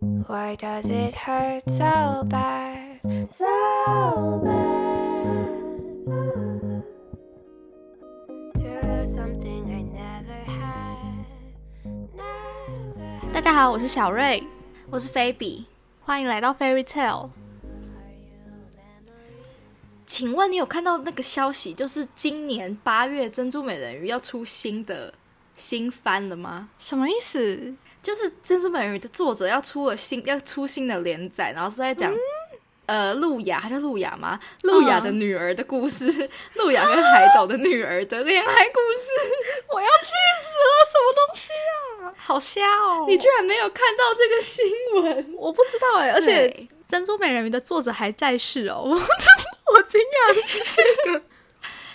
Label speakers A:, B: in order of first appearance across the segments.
A: Why does it hurt so bad?
B: So bad.
A: To lose something I never had. Never
C: 大家好，我是小瑞，
B: 我是菲比，
C: 欢迎来到 Fairy Tale。
B: 请问你有看到那个消息，就是今年八月《珍珠美人鱼》要出新的新番了吗？
C: 什么意思？
B: 就是《珍珠美人鱼》的作者要出了新要出新的连载，然后是在讲、呃露雅，她叫露雅吗？露
C: 嗯
B: 雅的女儿的故事， 露雅跟海斗的女儿的恋爱故事。
C: 我要气死了！什么东西啊？好笑哦！
B: 你居然没有看到这个新闻？
C: 我不知道哎，而且《
B: 对
C: 珍珠美人鱼》的作者还在世 哦，我我惊讶，《珍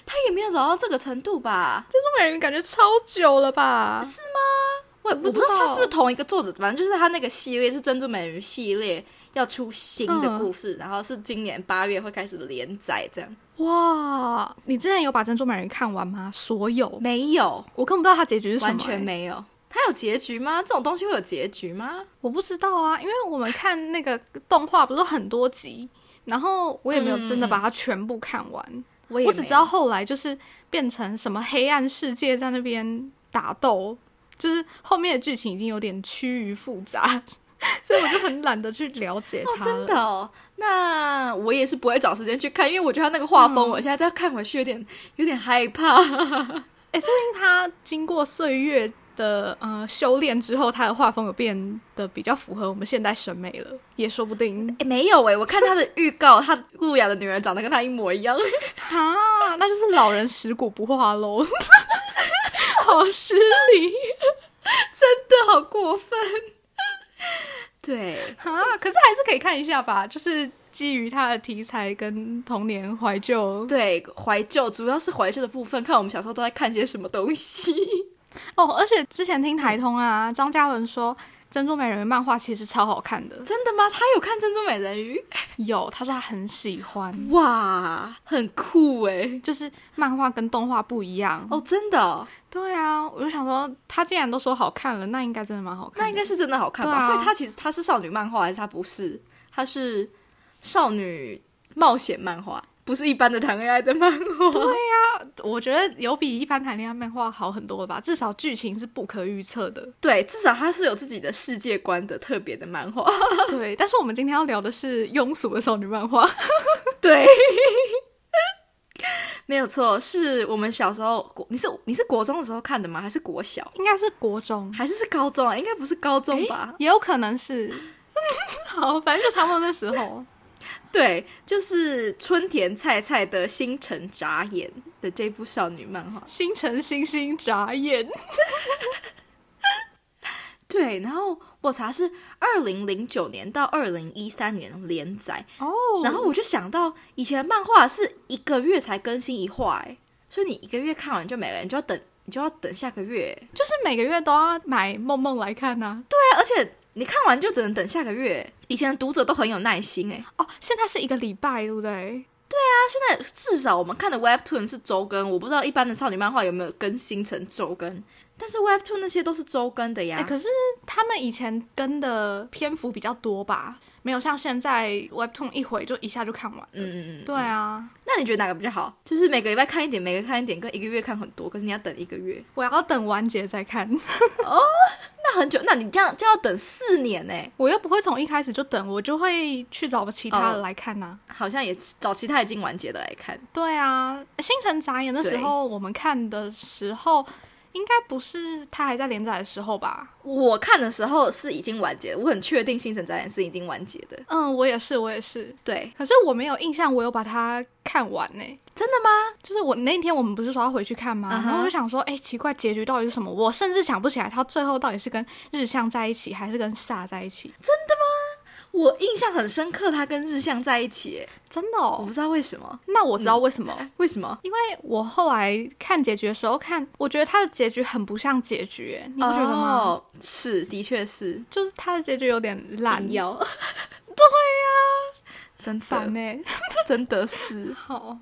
B: 他也没有老到这个程度吧？
C: 珠美人鱼》感觉超久了吧？
B: 是吗？我也不
C: 我
B: 知道
C: 不知道
B: 他是不是同一个作者，反正就是他那个系列是《珍珠美人鱼》系列要出新的故事，然后是今年八月会开始连载这样。
C: 哇，你之前有把《珍珠美人鱼》看完吗？所有，
B: 没有，
C: 我根本不知道它结局是什么，
B: 完全
C: 哎
B: 没有。它有结局吗？这种东西会有结局吗？
C: 我不知道啊，因为我们看那个动画不是很多集，然后我也没有真的把它全部看完，
B: 我也
C: 嗯我
B: 我
C: 只知道后来就是变成什么黑暗世界在那边打斗，就是后面的剧情已经有点趋于复杂， 所以我就很懒得去了解
B: 哦，
C: 它了、
B: 真的哦。那我也是不会找时间去看，因为我觉得它那个画风，我现在再看回去有点有点害怕。
C: 哎、说明它经过岁月的呃修炼之后，它的画风有变得比较符合我们现代审美了，也说不定。
B: 哎， 没有哎，我看他的预告，他露雅的女儿长得跟他一模一样。
C: 啊，那就是老人食骨不化喽， 好失礼
B: 真的好过分。 对，
C: 啊！可是还是可以看一下吧，就是基于它的题材跟童年怀旧。
B: 对，怀旧主要是怀旧的部分，看我们小时候都在看些什么东西。
C: 哦，而且之前听台通啊，张嘉伦说《珍珠美人鱼》漫画其实超好看的，
B: 真的吗？他有看《珍珠美人鱼
C: 有，他说他很喜欢》，，
B: 哇，很酷哎！
C: 就是漫画跟动画不一样。
B: 哦，真的、哦，
C: 对啊，我就想说，他既然都说好看了，那应该真的蛮好看的。
B: 那应该是真的好看吧？
C: 对啊
B: 所以他其实他是少女漫画，还是他不是？他是少女冒险漫画，不是一般的谈恋爱的漫画。对，
C: 我觉得有比一般谈恋爱漫画好很多了吧，至少剧情是不可预测的。
B: 至少他是有自己的世界观的特别的漫 画。
C: 对，但是我们今天要聊的是庸俗的少女漫画。
B: 对，没有错，是我们小时候国，你是你是国中的时候看的吗？还是国小？
C: 应该是国中，
B: 还是是高中啊？应该不是高中吧？
C: 也有可能是。 好，反正就差不多那时候。
B: 对，就是春田菜菜的《星辰眨眼》的这部少女漫画。
C: 星辰星星眨眼，
B: 对，然后我查是二零零九年到二零一三年连载，
C: 哦，
B: 然后我就想到以前漫画是一个月才更新一话、欸，所以你一个月看完就没了，你就要等，你就要等下个月、欸
C: 就是每个月都要买梦梦来看呐、
B: 对啊，而且你看完就只能等下个月。以前的读者都很有耐心哎、
C: 哦，现在是一个礼拜，对不对？
B: 那至少我们看的 Webtoon 是周更，我不知道一般的少女漫画有没有更新成周更，但是 Webtoon 那些都是周更的呀。
C: 哎、可是他们以前跟的篇幅比较多吧，没有像现在 Webtoon 一回就一下就看完。
B: 嗯嗯嗯，
C: 对啊，
B: 那你觉得哪个比较好？就是每个礼拜看一点，每个看一点，跟一个月看很多，可是你要等一个月，
C: 我要等完结再看，
B: 那很久，那你这样就要等四年欸呢、
C: 我又不会从一开始就等，我就会去找其他的
B: 哦
C: 来看呐、啊
B: 好像也找其他已经完结的来看。
C: 对啊，《星辰眨眼》的时候，我们看的时候，应该不是他还在连载的时候吧？
B: 我看的时候是已经完结的，我很确定《星辰眨眼》是已经完结的。
C: 嗯，我也是，我也是。
B: 对，
C: 可是我没有印象，我有把它看完呢、
B: 真的吗？
C: 就是我那天我们不是说要回去看吗
B: 嗯哼
C: 然后我就想说，哎、奇怪，结局到底是什么？我甚至想不起来，他最后到底是跟日向在一起，还是跟萨在一起？
B: 我印象很深刻，他跟日向在一起欸，
C: 真的
B: 我
C: 哦
B: 不，知道为什么，
C: 那我知道为什么。
B: 为什么？
C: 因为我后来看结局的时候看，我觉得他的结局很不像结局、欸，你不觉得吗
B: 哦、是，的确是嗯
C: 就是他的结局有点烂，
B: 腰。 对呀、真
C: 烦
B: 的，
C: 呢、
B: 真的是？
C: 欸好，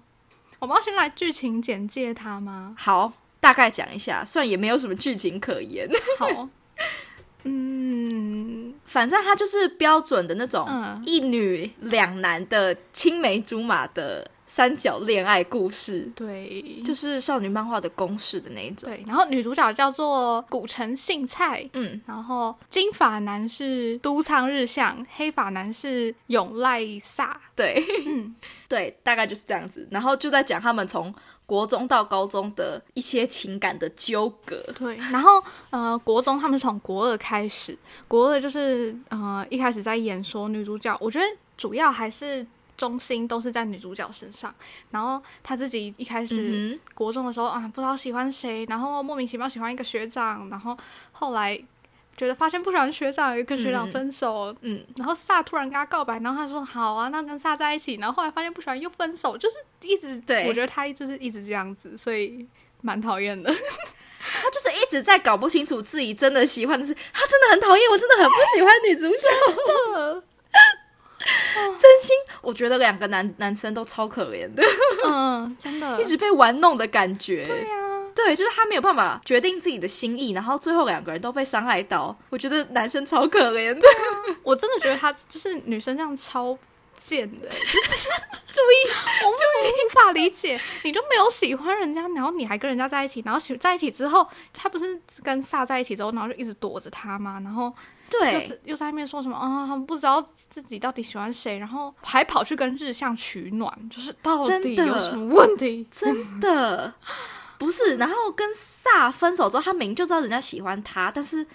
C: 我们要先来剧情简介它吗
B: 好。大概讲一下，虽然也没有什么剧情可言，
C: 好，嗯，
B: 反正它就是标准的那种
C: 嗯
B: 一女两男的青梅竹马的三角恋爱故事，
C: 对，
B: 就是是少女漫画的公式的那一种。
C: 对。然后女主角叫做古城幸菜，
B: 嗯，
C: 然后金发男是都仓日向，黑发男是永濑萨。
B: 对
C: 嗯，
B: 对，大概就是这样子。然后就在讲他们从国中到高中的一些情感的纠葛。
C: 对。然后呃，国中他们从国二开始，国二就是呃一开始在演说女主角，我觉得主要还是。中心都是在女主角身上，然后她自己一开始
B: 嗯哼，
C: 国中的时候啊，不知道喜欢谁，然后莫名其妙喜欢一个学长，然后后来觉得发现不喜欢学长，跟学长
B: 嗯
C: 分手，
B: 嗯，
C: 然后萨突然跟他告白，然后他说好啊，那跟萨在一起，然后后来发现不喜欢又分手，就是一直
B: 对
C: 我觉得他就是一直这样子，所以蛮讨厌的。
B: 他就是一直在搞不清楚自己真的喜欢的是，他真的很讨厌，我真的很不喜欢女主 角。真心，我觉得两个男男生都超可怜的，
C: 嗯，真的
B: 一，直被玩弄的感觉。
C: 对啊，
B: 对，就是他没有办法决定自己的心意，然后最后两个人都被伤害到，我觉得男生超可怜 的。
C: 我真的觉得他就是女生这样超。贱的，就是
B: 注
C: 意，我无无法理解，你就没有喜欢人家，然后你还跟人家在一起，然后喜在一起之后，他不是跟萨在一起之后，然后就一直躲着他吗？然后又
B: 对，
C: 是又在那边说什么啊、不知道自己到底喜欢谁，然后还跑去跟日向取暖，就是到底
B: 真的
C: 有什么问题？
B: 真的不是。然后跟萨分手之后，他明就知道人家喜欢他，但是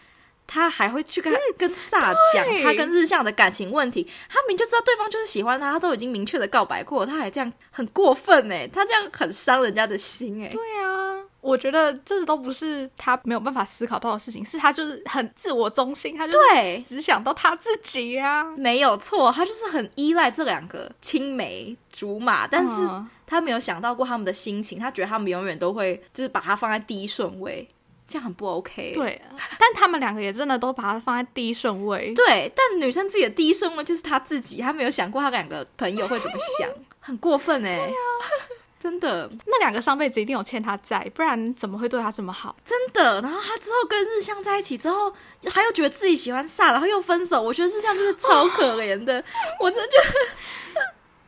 B: 他还会去跟、跟萨讲
C: 嗯对
B: 他跟日向的感情问题。他明就知道对方就是喜欢他，他都已经明确的告白过，他还这样很过分哎，他这样很伤人家的心哎。
C: 对啊，我觉得这都不是他没有办法思考到的事情，是他就是很自我中心，他就是
B: 对，
C: 只想到他自己啊。
B: 没有错，他就是很依赖这两个青梅竹马，但是
C: 嗯
B: 他没有想到过他们的心情，他觉得他们永远都会就是把他放在第一顺位，这样很不 OK。
C: 对，但他们两个也真的都把他放在第一顺位。
B: 对，但女生自己的第一顺位就是她自己，她没有想过她两个朋友会怎么想，很过分哎、
C: 啊
B: 真的，
C: 那两个上辈子一定有欠他债，不然怎么会对他这么好？
B: 真的。然后她之后跟日向在一起之后，她又觉得自己喜欢萨，然后又分手。我觉得日向真的超可 怜的，我真的觉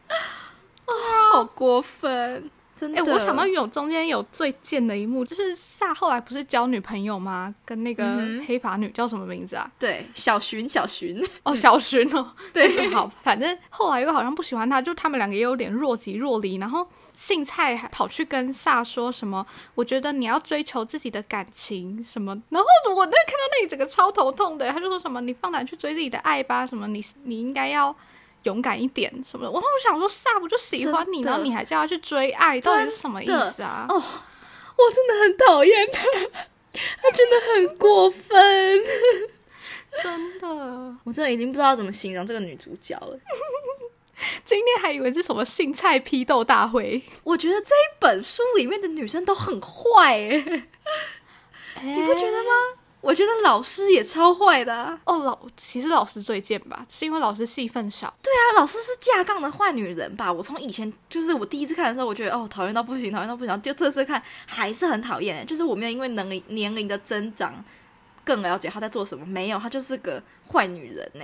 B: 得，啊、好过分，真的。
C: 哎、我想到有中间有最贱的一幕，就是夏后来不是交女朋友吗？跟那个
B: 嗯哼
C: 黑发女叫什么名字啊？
B: 对小寻，小寻，
C: 哦，小薰 哦，
B: 对
C: 好，反正后来又好像不喜欢他，就他们两个也有点若即若离。然后杏菜还跑去跟夏说什么，我觉得你要追求自己的感情什么。然后我那看到那里整个超头痛的，他就说什么你放胆去追自己的爱吧，什么你你应该要。勇敢一点什么的，我我想说，夏不就喜欢你，
B: 真的
C: 然后你还叫他去追爱，到底是什么意思啊？
B: 哦，我真的很讨厌她，她真的很过分。
C: 真的，
B: 我真的已经不知道怎么形容这个女主角了。
C: 今天还以为是什么性菜批斗大会，
B: 我觉得这一本书里面的女生都很坏、欸，
C: 你
B: 你不觉得吗？我觉得老师也超坏的、啊，
C: 哦，老其实老师最贱吧，是因为老师戏份少。
B: 对啊，老师是架杠的坏女人吧？我从以前就是我第一次看的时候，我觉得哦，讨厌到不行，讨厌到不行，然后就这次看还是很讨厌、欸，就是我没有因为能力年龄的增长更了解她在做什么，没有，她就是个坏女人呢、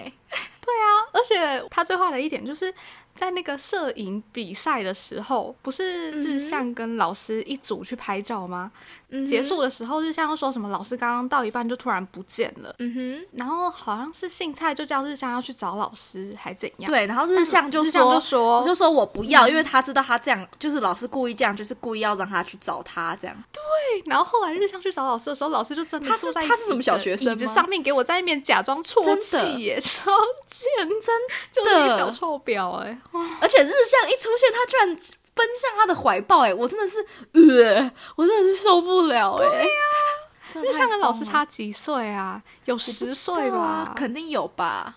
C: 而且他最坏的一点就是在那个摄影比赛的时候，不是
B: 嗯
C: 日向跟老师一组去拍照吗？
B: 嗯哼
C: 结，束的时候，日向又说什么老师刚刚到一半就突然不见了，
B: 嗯哼，
C: 然后好像是杏菜就叫日向要去找老师，还怎样？
B: 对，然后日向就
C: 日向
B: 说
C: 就说
B: 我就说我不要，因为他知道他这样就是老师故意这样，就是故意要让他去找他这样。
C: 然后后来日向去找老师的时候，老师就真的
B: 他是
C: 坐在
B: 他是什么小学生吗
C: 椅子上面给我在那边假装啜泣耶，超贱，真就是一个小臭婊哎，
B: 而且日向一出现，他居然奔向他的怀抱、哎，我真的是，呃，我真的是受不了、哎、真的
C: 日
B: 太
C: 向跟老师
B: 疯了
C: 差几岁啊？有十岁
B: 对啊
C: 吧？
B: 肯定有吧。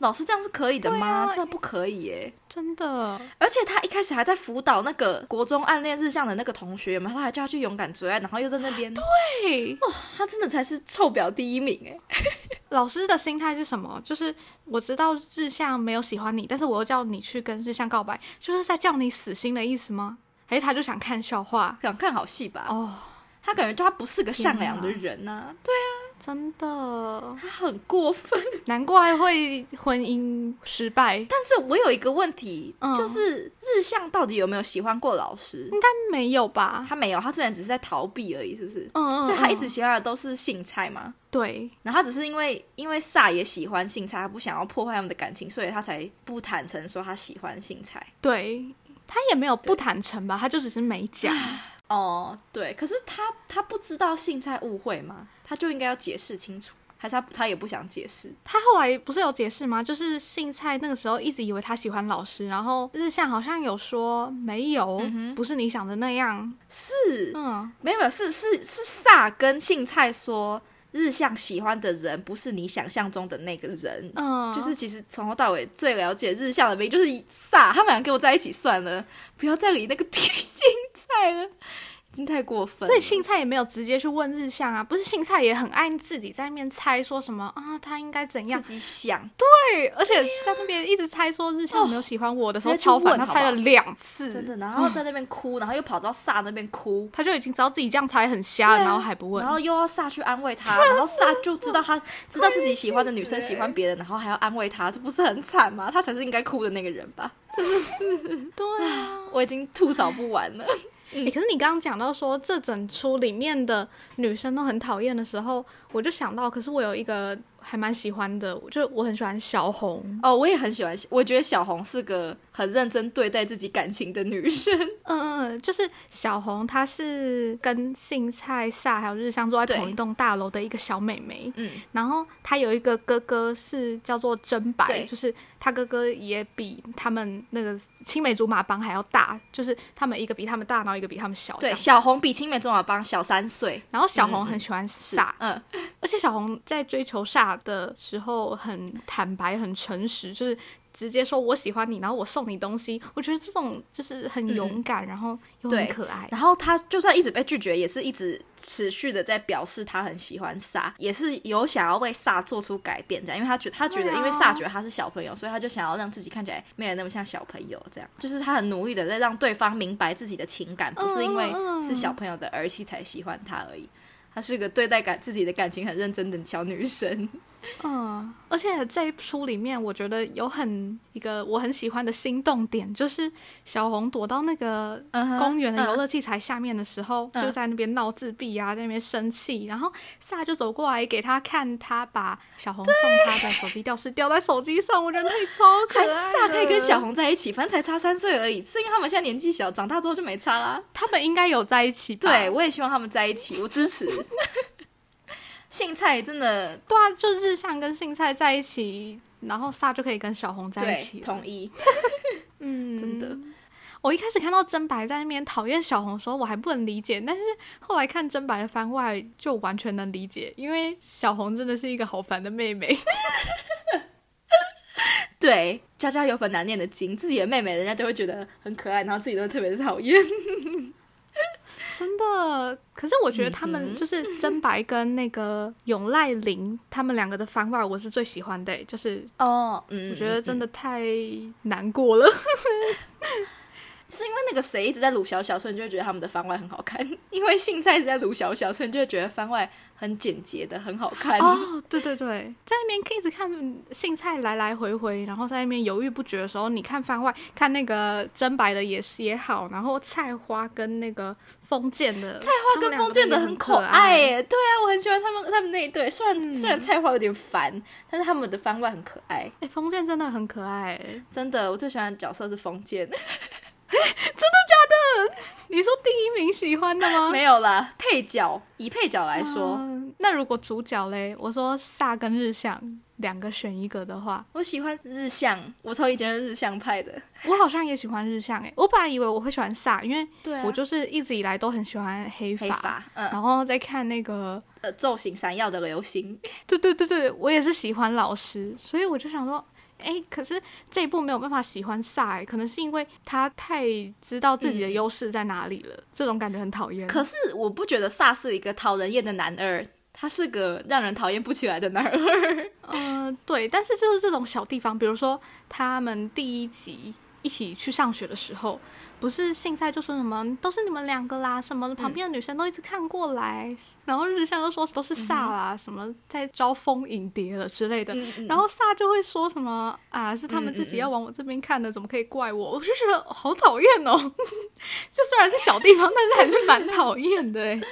B: 老师这样是可以的吗？
C: 对啊
B: 真的不可以哎、
C: 真的，
B: 而且他一开始还在辅导那个国中暗恋日向的那个同学嘛，他还叫他去勇敢追爱，然后又在那边，
C: 嘿，
B: 他真的才是臭婊第一名哎、
C: 哦老师的心态是什么？就是我知道日向没有喜欢你，但是我又叫你去跟日向告白，就是在叫你死心的意思吗？还是他就想看笑话？
B: 想看好戏吧？
C: 哦，
B: 他感觉就他不是个善良的人呐、对啊，
C: 真的，
B: 他很过分。
C: 难怪会婚姻失败，
B: 但是我有一个问题，
C: 嗯
B: 就是日向到底有没有喜欢过老师？
C: 应该没有吧？
B: 他没有，他之前只是在逃避而已，是不是？
C: 嗯，嗯
B: 所以他一直
C: 嗯
B: 喜欢的都是姓蔡嘛。
C: 对，
B: 然后他只是因为因为萨也喜欢姓蔡，他不想要破坏他们的感情，所以他才不坦诚说他喜欢姓蔡。
C: 对他也没有不坦诚吧，他就只是没讲。
B: 哦，对，可是他他不知道姓蔡误会吗？他就应该要解释清楚，还是他他也不想解释？
C: 他后来不是有解释吗？就是姓蔡那个时候一直以为他喜欢老师，然后日向好像有说没有，
B: 嗯
C: 不是你想的那样。
B: 是，
C: 嗯，
B: 没有没有，是是是萨跟姓蔡说日向喜欢的人不是你想象中的那个人。
C: 嗯，
B: 就是其实从头到尾最了解日向的名就是萨，他们俩跟我在一起算了，不要再理那个 姓蔡了，已经太过分了。
C: 所以姓蔡也没有直接去问日向啊，不是姓蔡也很爱自己在面猜说什么啊，他应该怎样
B: 自？己想，
C: 对，而且在那边一直猜说日向有没有喜欢我的时候，
B: 直接去
C: 超烦，
B: 问
C: 他
B: 好
C: 猜了
B: 不好
C: 两次，
B: 真的，然后在那边哭，然后又跑到萨那边哭，
C: 他就已经知道自己这样猜很瞎了，
B: 对啊
C: 然后还不问
B: 然。后又要萨去安慰他，然后萨就知道他知道自己喜欢的女生喜欢别人，然后还要安慰他，这不是很惨吗？他才是应该哭的那个人吧？
C: 对啊，
B: 我已经吐槽不完了。
C: 欸可是你刚刚讲到说这整出里面的女生都很讨厌的时候，我就想到，可是我有一个还蛮喜欢的，我就我很喜欢小红。
B: 哦，我也很喜欢，我觉得小红是个很认真对待自己感情的女生。
C: 嗯嗯，嗯，就是小红，她是跟杏菜萨还有日向住在
B: 对
C: 同一栋大楼的一个小妹妹。
B: 嗯，
C: 然后她有一个哥哥是叫做真白，
B: 对
C: 就是她哥哥也比他们那个青梅竹马帮还要大，就是他们一个比他们大，然后一个比他们小。
B: 对，，小红比青梅竹马帮小三岁。
C: 然后小红
B: 嗯嗯
C: 很喜欢萨，
B: 嗯，
C: 而且小红在追求煞的时候很坦白、很诚实，就是直接说我喜欢你，然后我送你东西。我觉得这种就是很勇敢，然后又很
B: 嗯对
C: 可爱。
B: 然后他就算一直被拒绝，也是一直持续的在表示他很喜欢萨，也是有想要为萨做出改变这样，因为他觉他觉得，
C: 对啊
B: 因为萨觉得他是小朋友，所以他就想要让自己看起来没有那么像小朋友这样，就是他很努力的在让对方明白自己的情感，不是因为
C: 嗯嗯
B: 是小朋友的儿媳才喜欢他而已。她是个对待感自己的感情很认真的小女生，
C: 嗯，而且这一出里面，我觉得有很一个我很喜欢的心动点，就是小红躲到那个
B: 嗯哼
C: 公园的
B: 嗯
C: 游乐器材下面的时候，
B: 嗯
C: 就在那边闹自闭啊，在那边生气，然后萨就走过来给他看，他把小红送他的手机吊饰吊在手机上，我觉得那里超可爱
B: 还
C: 的。
B: 是萨可以跟小红在一起，反正才差三岁而已，是因为他们现在年纪小，长大之后就没差啦。
C: 他们应该有在一起吧？
B: 对，我也希望他们在一起，我支持。 姓蔡真的
C: 对啊，就日向跟杏菜在一起，然后萨就可以跟小红在一起
B: 对
C: 了。
B: 同意，
C: 嗯，
B: 真的。。
C: 我一开始看到真白在那边讨厌小红的时候，我还不能理解，但是后来看真白的番外就完全能理解，因为小红真的是一个好烦的妹妹。
B: 对，家家有本难念的经，自己的妹妹人家就会觉得很可爱，然后自己都会特别的讨厌。
C: 真的，可是我觉得他
B: 嗯
C: 们
B: 哼
C: 就是真白跟那个永濑绫他们两个的番外，我是最喜欢的、欸就是
B: 哦，嗯
C: 我觉得真
B: 的
C: 的太难过了。
B: 嗯是因为那个谁一直在鲁小小，所以你就会觉得他们的番外很好看； 因为姓蔡一直在鲁小小，所以你就会觉得番外很简洁的很好看。
C: 哦，对对对，在那边可以一直看杏菜来来回回，然后在那边犹豫不决的时候，你看番外，看那个真白的也是也好，然后菜花跟那个封建的，菜
B: 花跟封建的
C: 很
B: 很可爱
C: 爱。
B: 耶，对啊，我很喜欢他们他们那一对。虽然、
C: 嗯
B: 虽然菜花有点烦，但是他们的番外很可爱。
C: 哎，封建真的很可爱。
B: 真的，我最喜欢的角色是封建，
C: 你说第一名喜欢的 吗？
B: 没有啦，配角以配角来说，
C: 嗯那如果主角嘞，我说萨跟日向两个选一个的话，
B: 我喜欢日向，我从以前是日向派的，
C: 我好像也喜欢日向哎、我本来以为我会喜欢萨，因为
B: 对啊
C: 我就是一直以来都很喜欢啊黑
B: 黑
C: 发，
B: 发，嗯，
C: 然后再看那个
B: 呃，昼行闪耀的流星，
C: 对对对对，我也是喜欢老师，所以我就想说，哎，可是这一部没有办法喜欢萨诶，可能是因为他太知道自己的
B: 嗯
C: 优势在哪里了，这种感觉很讨厌。
B: 可是我不觉得萨是一个讨人厌的男二，他是个让人讨厌不起来的男二。
C: 呃嗯、对，但是就是这种小地方，比如说他们第一集一起去上学的时候，不是信菜就说什么都是你们两个啦，什么旁边的女生都一直看过来，然后日向就说都是萨啦，什么在招蜂引蝶了之类的，
B: 嗯嗯
C: 然后萨就会说什么啊，是他们
B: 嗯嗯
C: 自己
B: 嗯
C: 要往我这边看的，怎么可以怪我？我就觉得好讨厌哦， 就虽然是小地方，但是还是蛮讨厌的 哎。对，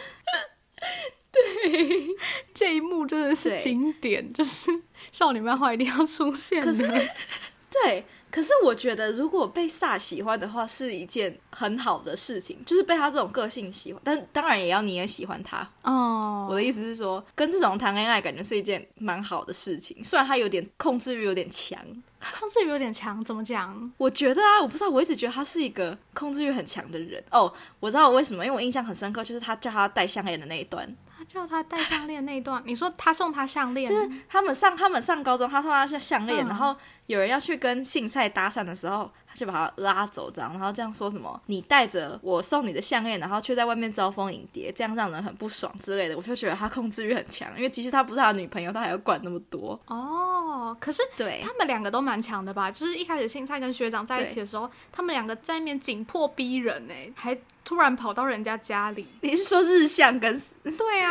C: 这一幕真的是
B: 对
C: 经典，就是少女漫画一定要出现的。
B: 可是对，可是我觉得如果被萨喜欢的话，是一件很好的事情，就是被他这种个性喜欢，但当然也要你也喜欢他。
C: 哦，
B: 我的意思是说，跟这种谈恋爱感觉是一件蛮好的事情，虽然他有点控制欲有点强。
C: 控制欲有点强，怎么讲？
B: 我觉得啊，我不知道，我一直觉得他是一个控制欲很强的人。哦，我知道为什么，因为我印象很深刻，就是他叫他戴项链的那一段，
C: 他叫他戴项链那一段，你说他送他项链，
B: 就是他们上他们上高中，他送他项项链，
C: 嗯
B: 然后有人要去跟杏菜搭讪的时候，他就把他拉走，这样，然后这样说什么：“你带着我送你的项链，然后却在外面招蜂引蝶，这样让人很不爽之类的。”我就觉得他控制欲很强，因为即使他不是他的女朋友，他还要管那么多。
C: 哦，可是
B: 对
C: 他们两个都蛮强的吧？就是一开始新菜跟学长在一起的时候，他们两个在面紧迫逼人呢、还突然跑到人家家 里。
B: 你是说日向跟
C: 对啊，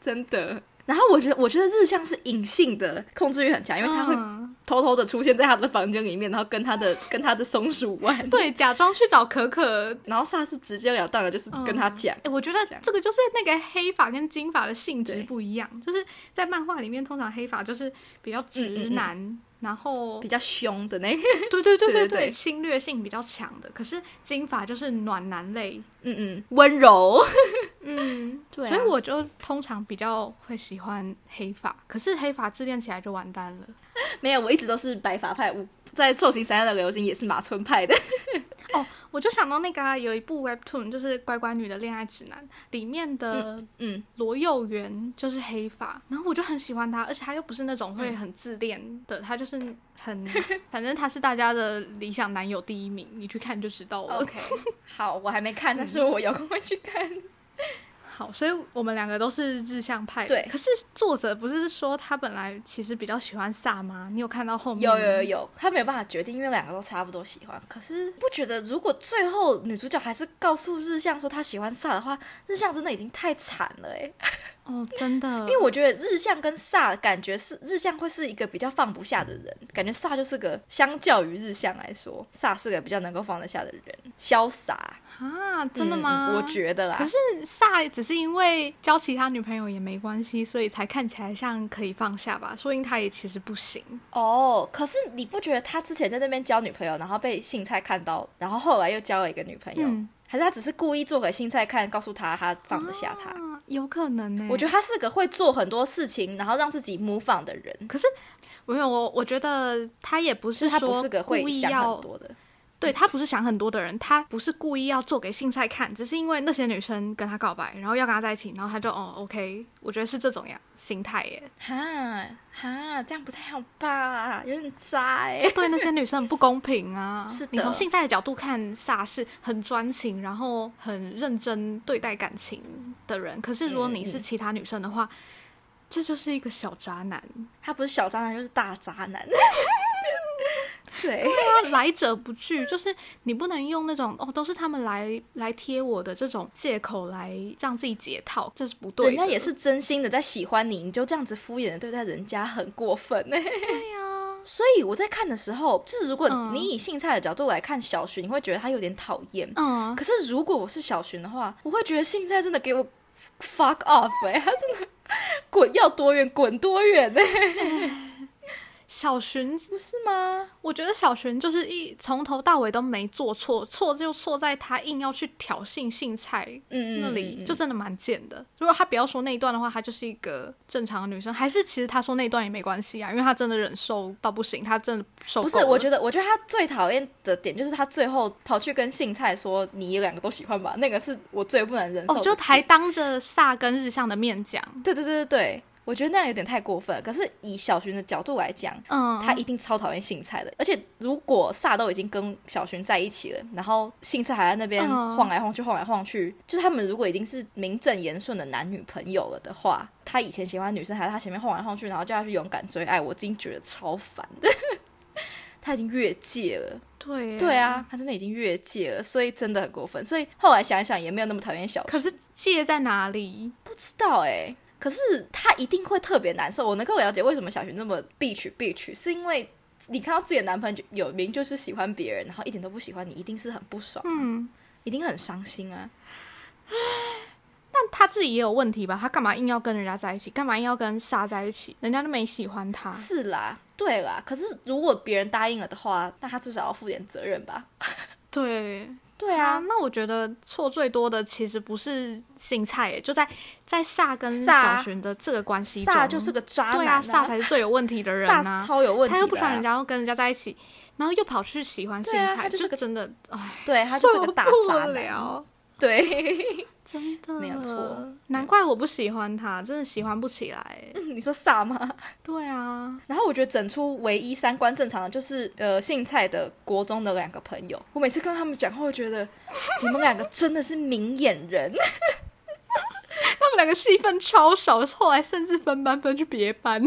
B: 真的？然后我觉得，我觉得日向是隐性的控制欲很强，因为他会
C: 嗯、
B: 偷偷的出现在他的房间里面，然后跟他的 跟他的松鼠玩。，
C: 对假装去找可可。
B: 然后萨是直截了当的，就是跟他讲
C: 哎、。我觉得
B: 这样
C: 这个就是那个黑发跟金发的性质
B: 对
C: 不一样，就是在漫画里面，通常黑发就是比较直
B: 嗯嗯
C: 男，然 后
B: 比较凶的那个，
C: 对对对
B: 对
C: 对
B: 对
C: 对，
B: 对
C: 侵略性比较强的。可是金发就是暖男类，
B: 嗯嗯，温柔。
C: 嗯，
B: 对啊
C: 所以我就通常比较会喜欢黑发。可是黑发自恋起来就完蛋了。
B: 没有，我一直都是白发派。我在《兽行三亚的流行也是马村派的。
C: 我就想到那个啊、有一部 webtoon 就是《乖乖女的恋爱指南》里面的
B: 嗯，
C: 罗幼元就是黑发，然后我就很喜欢他，而且他又不是那种
B: 嗯
C: 会很自恋的，他就是 很，反正他是大家的理想男友第一名，你去看就知道了。
B: OK，好，我还没看，但是我有空会去看。
C: 好，所以我们两个都是日向派的。
B: 对
C: 可是作者不是说他本来其实比较喜欢萨吗？你有看到后面？
B: 有有有。有，他没有办法决定，因为两个都差不多喜欢。可是不觉得，如果最后女主角还是告诉日向说她喜欢萨的话，日向真的已经太惨了哎、
C: 哦，真的。因
B: 因为我觉得日向跟萨感觉是日向会是一个比较放不下的人，感觉萨就是个相较于日向来说，萨是个比较能够放得下的人，潇洒。
C: 啊，真的吗？
B: 嗯我觉得啦。
C: 可是萨只是因为交其他女朋友也没关系，所以才看起来像可以放下吧。说不定他也其实不行。
B: 哦，可是你不觉得他之前在那边交女朋友，然后被杏菜看到，然后后来又交了一个女朋友，
C: 嗯
B: 还是他只是故意做给杏菜看，告诉他他放得下他？
C: 啊，有可能呢、
B: 我觉得他是个会做很多事情，然后让自己模仿的人，
C: 可是没有我，我觉得他也不
B: 就是是他
C: 说
B: 不是个
C: 故
B: 会
C: 意
B: 想
C: 要
B: 很多嗯的。
C: 对他不是想很多的人，他不是故意要做给性菜看，只是因为那些女生跟他告白，然后要跟他在一起，然后他就哦 OK，我觉得是这种呀心态耶，
B: 哈哈，这样不太好吧？有点渣哎、
C: 就对那些女生很不公平啊。
B: 是的
C: 你从性菜的角度看，萨是很专情，然后很认真对待感情的人，可是如
B: 嗯
C: 果你是其他女生的话，这就是一个小渣男，
B: 他不是小渣男就是大渣男。 对，
C: 他啊来者不拒，就是你不能用那种哦都是他们来来贴我的这种借口来让自己解套，这是不对
B: 人
C: 的。
B: 家也是真心的在喜欢你，你就这样子敷衍的对待人家，很过分哎、
C: 对呀、
B: 所以我在看的时候，就是如果
C: 嗯
B: 你以姓蔡的角度来看小寻，你会觉得他有点讨厌。
C: 嗯，
B: 可是如果我是小寻的话，我会觉得姓蔡真的给我 fuck off 哎、他真的滚要多远滚多远欸呢、
C: 小寻，
B: 不是吗？
C: 我觉得小寻就是一从头到尾都没做错，错就错在他硬要去挑衅性菜
B: 嗯，
C: 那里，
B: 嗯
C: 就真的蛮贱的。如果他不要说那一段的话，她就是一个正常的女生，还是其实她说那一段也没关系啊，因为她真的忍受到不行，她真的受
B: 不
C: 够
B: 是，
C: 了
B: 我觉得，我觉得他最讨厌的点就是他最后跑去跟姓蔡说你两个都喜欢吧，那个是我最不能忍受的
C: 哦，
B: 点。
C: 就还当着萨跟日向的面讲，
B: 对对对对对，我觉得那样有点太过分了。可是以小寻的角度来讲，
C: 嗯，
B: 他一定超讨厌杏菜的。而且如果萨都已经跟小寻在一起了，然后杏菜还在那边
C: 嗯
B: 晃来晃去、晃来晃去，就是他们如果已经是名正言顺的男女朋友了的话，他以 前喜欢女生还在他前面晃来晃去，然后叫他去勇敢追爱，我已经觉得超烦的。他已经越界了。
C: 对
B: 对，啊，他真的已经越界了，所以真的很过分。所以后来想一想，也没有那么讨厌小
C: 可是界在哪里？
B: 不知道哎、可是他一定会特别难受。我能够了解为什么小璇这么 bitch bitch，是因为你看到自己的男朋友有名就是喜欢别人，然后一点都不喜欢你，一定是很不爽，啊
C: 嗯，
B: 一定很伤心啊。
C: 但他自己也有问题吧？他干嘛硬要跟人家在一起？干嘛硬要跟傻在一起？人家都没喜欢他。
B: 是啦，对啦。可是如果别人答应了的话，那他至少要负点责任吧？
C: 对，
B: 对
C: 啊，
B: 啊，
C: 那我觉得错最多的其实不是姓蔡耶，就在在萨跟
B: 萨
C: 小寻的这个关系中，
B: 萨就是个渣
C: 对
B: 男、
C: 啊，萨才是最有问题的人
B: 萨
C: 啊。
B: 超有问题、
C: 他
B: 啊，
C: 又不喜欢人，家，又跟人家在一起，然后又跑去喜欢
B: 对
C: 姓
B: 啊
C: 蔡，
B: 他就是个
C: 真的，哎，
B: 对他就是个大
C: 受
B: 渣
C: 不
B: 男。
C: 了，
B: 对，
C: 真的
B: 没有错，
C: 难怪我不喜欢他，真的喜欢不起来。
B: 你说萨吗？
C: 对啊，
B: 然后我觉得整出唯一三观正常的就是呃姓蔡的国中的两个朋友，我每次跟他们讲话，我觉得你们两个真的是明眼人，
C: 他们两个戏份超少，后来甚至分班分去别班。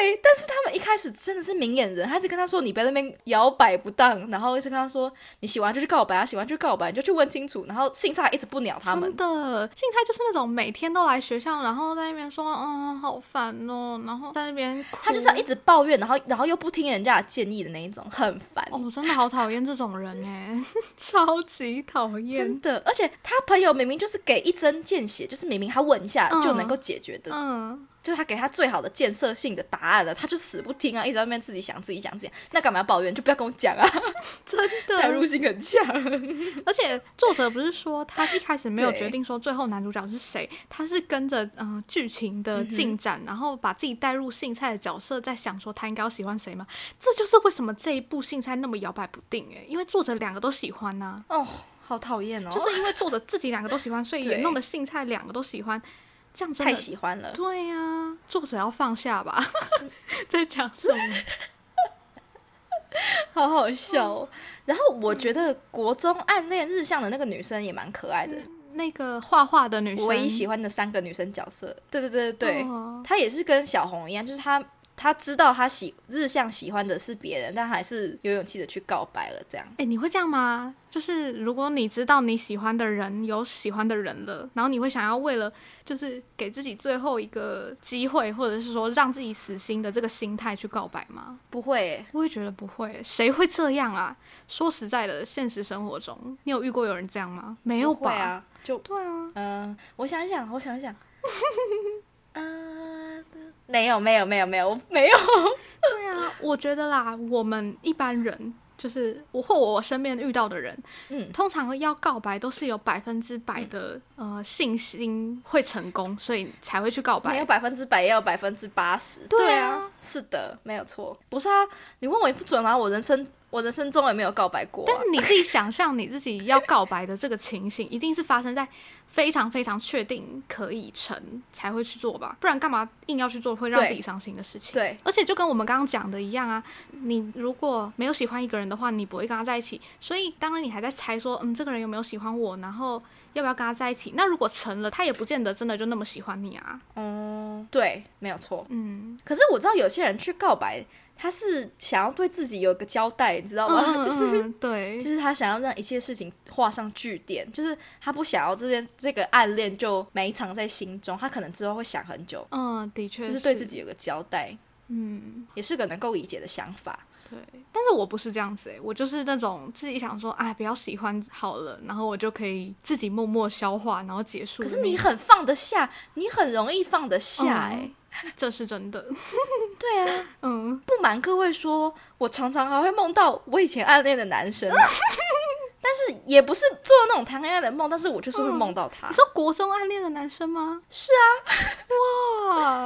B: 对，但是他们一开始真的是明眼人，他一直跟他说你不要在那边摇摆不当，然后一直跟他说你喜欢就去告白啊，喜欢就去告白，你就去问清楚，然后姓蔡一直不鸟他们
C: 真，的，静态就是那种每天都来学校，然后在那边说，嗯，好烦哦，然后在那边哭。
B: 他就是要一直抱怨，然后然后又不听人家的建议的那一种，很烦。
C: 哦，我真的好讨厌这种人哎， 超级讨厌
B: 真。的，而且他朋友明明就是给一针见血，就是明明他问一下
C: 嗯
B: 就能够解决的
C: 嗯，
B: 就是他给他最好的建设性的答案了，他就死不听啊，一直在那边自己想自己讲自己讲，那干嘛要抱怨？就不要跟我 讲啊，
C: 真
B: 代
C: 的。
B: 入性很强。
C: 而且作者不是说他一开始没有
B: 对
C: 决定说最后男主角是谁，他是跟着嗯、呃剧情的进展，然后把自己带入姓蔡的角色，在想说他应该要喜欢谁吗？这就是为什么这一部姓蔡那么摇摆不定哎，因为作者两个都喜欢呐、
B: 哦，好讨厌哦，
C: 就是因为作者自己两个都喜欢，所以
B: 对
C: 也弄得姓蔡两个都喜欢，这样真
B: 太
C: 的
B: 喜欢了。
C: 对呀、作者要放下吧， 在讲什么？
B: 好好笑、哦。然后我觉得国中暗恋日向的那个女生也蛮可爱的，
C: 那个画画的女生，
B: 我唯一喜欢的三个女生角色。对对对对对，
C: 哦
B: 她也是跟小红一样，就是她她知道她喜日向喜欢的是别人，但还是有勇气的去告白了。这样
C: 哎、你会这样吗？就是如果你知道你喜欢的人有喜欢的人了，然后你会想要为了就是给自己最后一个机会，或者是说让自己死心的这个心态去告白吗？
B: 不会欸，
C: 我也觉得不会，谁会这样啊？说实在的，现实生活中，你有遇过有人这样吗？没有
B: 不会
C: 吧？
B: 啊，就
C: 对啊，
B: 嗯，我想一想，我 想一想，嗯、没有，没有，没有，没有，我没有。
C: 对啊，我觉得啦，我们一般人就是我或我身边遇到的人，
B: 嗯，
C: 通常要告白都是有百分之百的、呃信心会成功，所以才会去告
B: 没有
C: 白。
B: 百分之百，也有百分之八十。
C: 对
B: 啊
C: 啊，
B: 是的，没有错。不是啊，你问我也不准啊。我人生，我人生中也没有告白过、
C: 但
B: 啊。
C: 是你自己想象你自己要告白的这个情形，一定是发生在非常非常确定可以成才会去做吧，不然干嘛硬要去做会让
B: 对
C: 自己伤心的事情？
B: 对，
C: 而且就跟我们刚刚讲的一样啊，你如果没有喜欢一个人的话，你不会跟他在一起。所以当然你还在猜说，嗯，这个人有没有喜欢我，然后要不要跟他在一起？那如果成了，他也不见得真的就那么喜欢你啊。
B: 嗯，对，没有错。
C: 嗯，
B: 可是我知道有些人去告白，他是想要对自己有一个交代，你知道吗？
C: 嗯
B: 哦就是
C: 嗯对，
B: 就是他想要让一切事情画上句点，就是他不想要这件这个暗恋就埋藏在心中，他可能之后会想很久，
C: 嗯，的确
B: 就是对自己，有个交代，
C: 嗯，
B: 也是个能够理解的想法。
C: 对。但是我不是这样子诶、我就是那种自己想说，哎，不要喜欢好了，然后我就可以自己默默消化，然后结束
B: 可
C: 的那
B: 是
C: 种。
B: 你很放得下，你很容易放得下、哎、
C: 嗯这是真的，
B: 对啊，
C: 嗯，
B: 不瞒各位说，我常常还会梦到我以前暗恋的男 生、但是也不是做那种谈恋爱的梦，但是我就是
C: 嗯
B: 会梦到他
C: 你。说国中暗恋的男生吗？
B: 是啊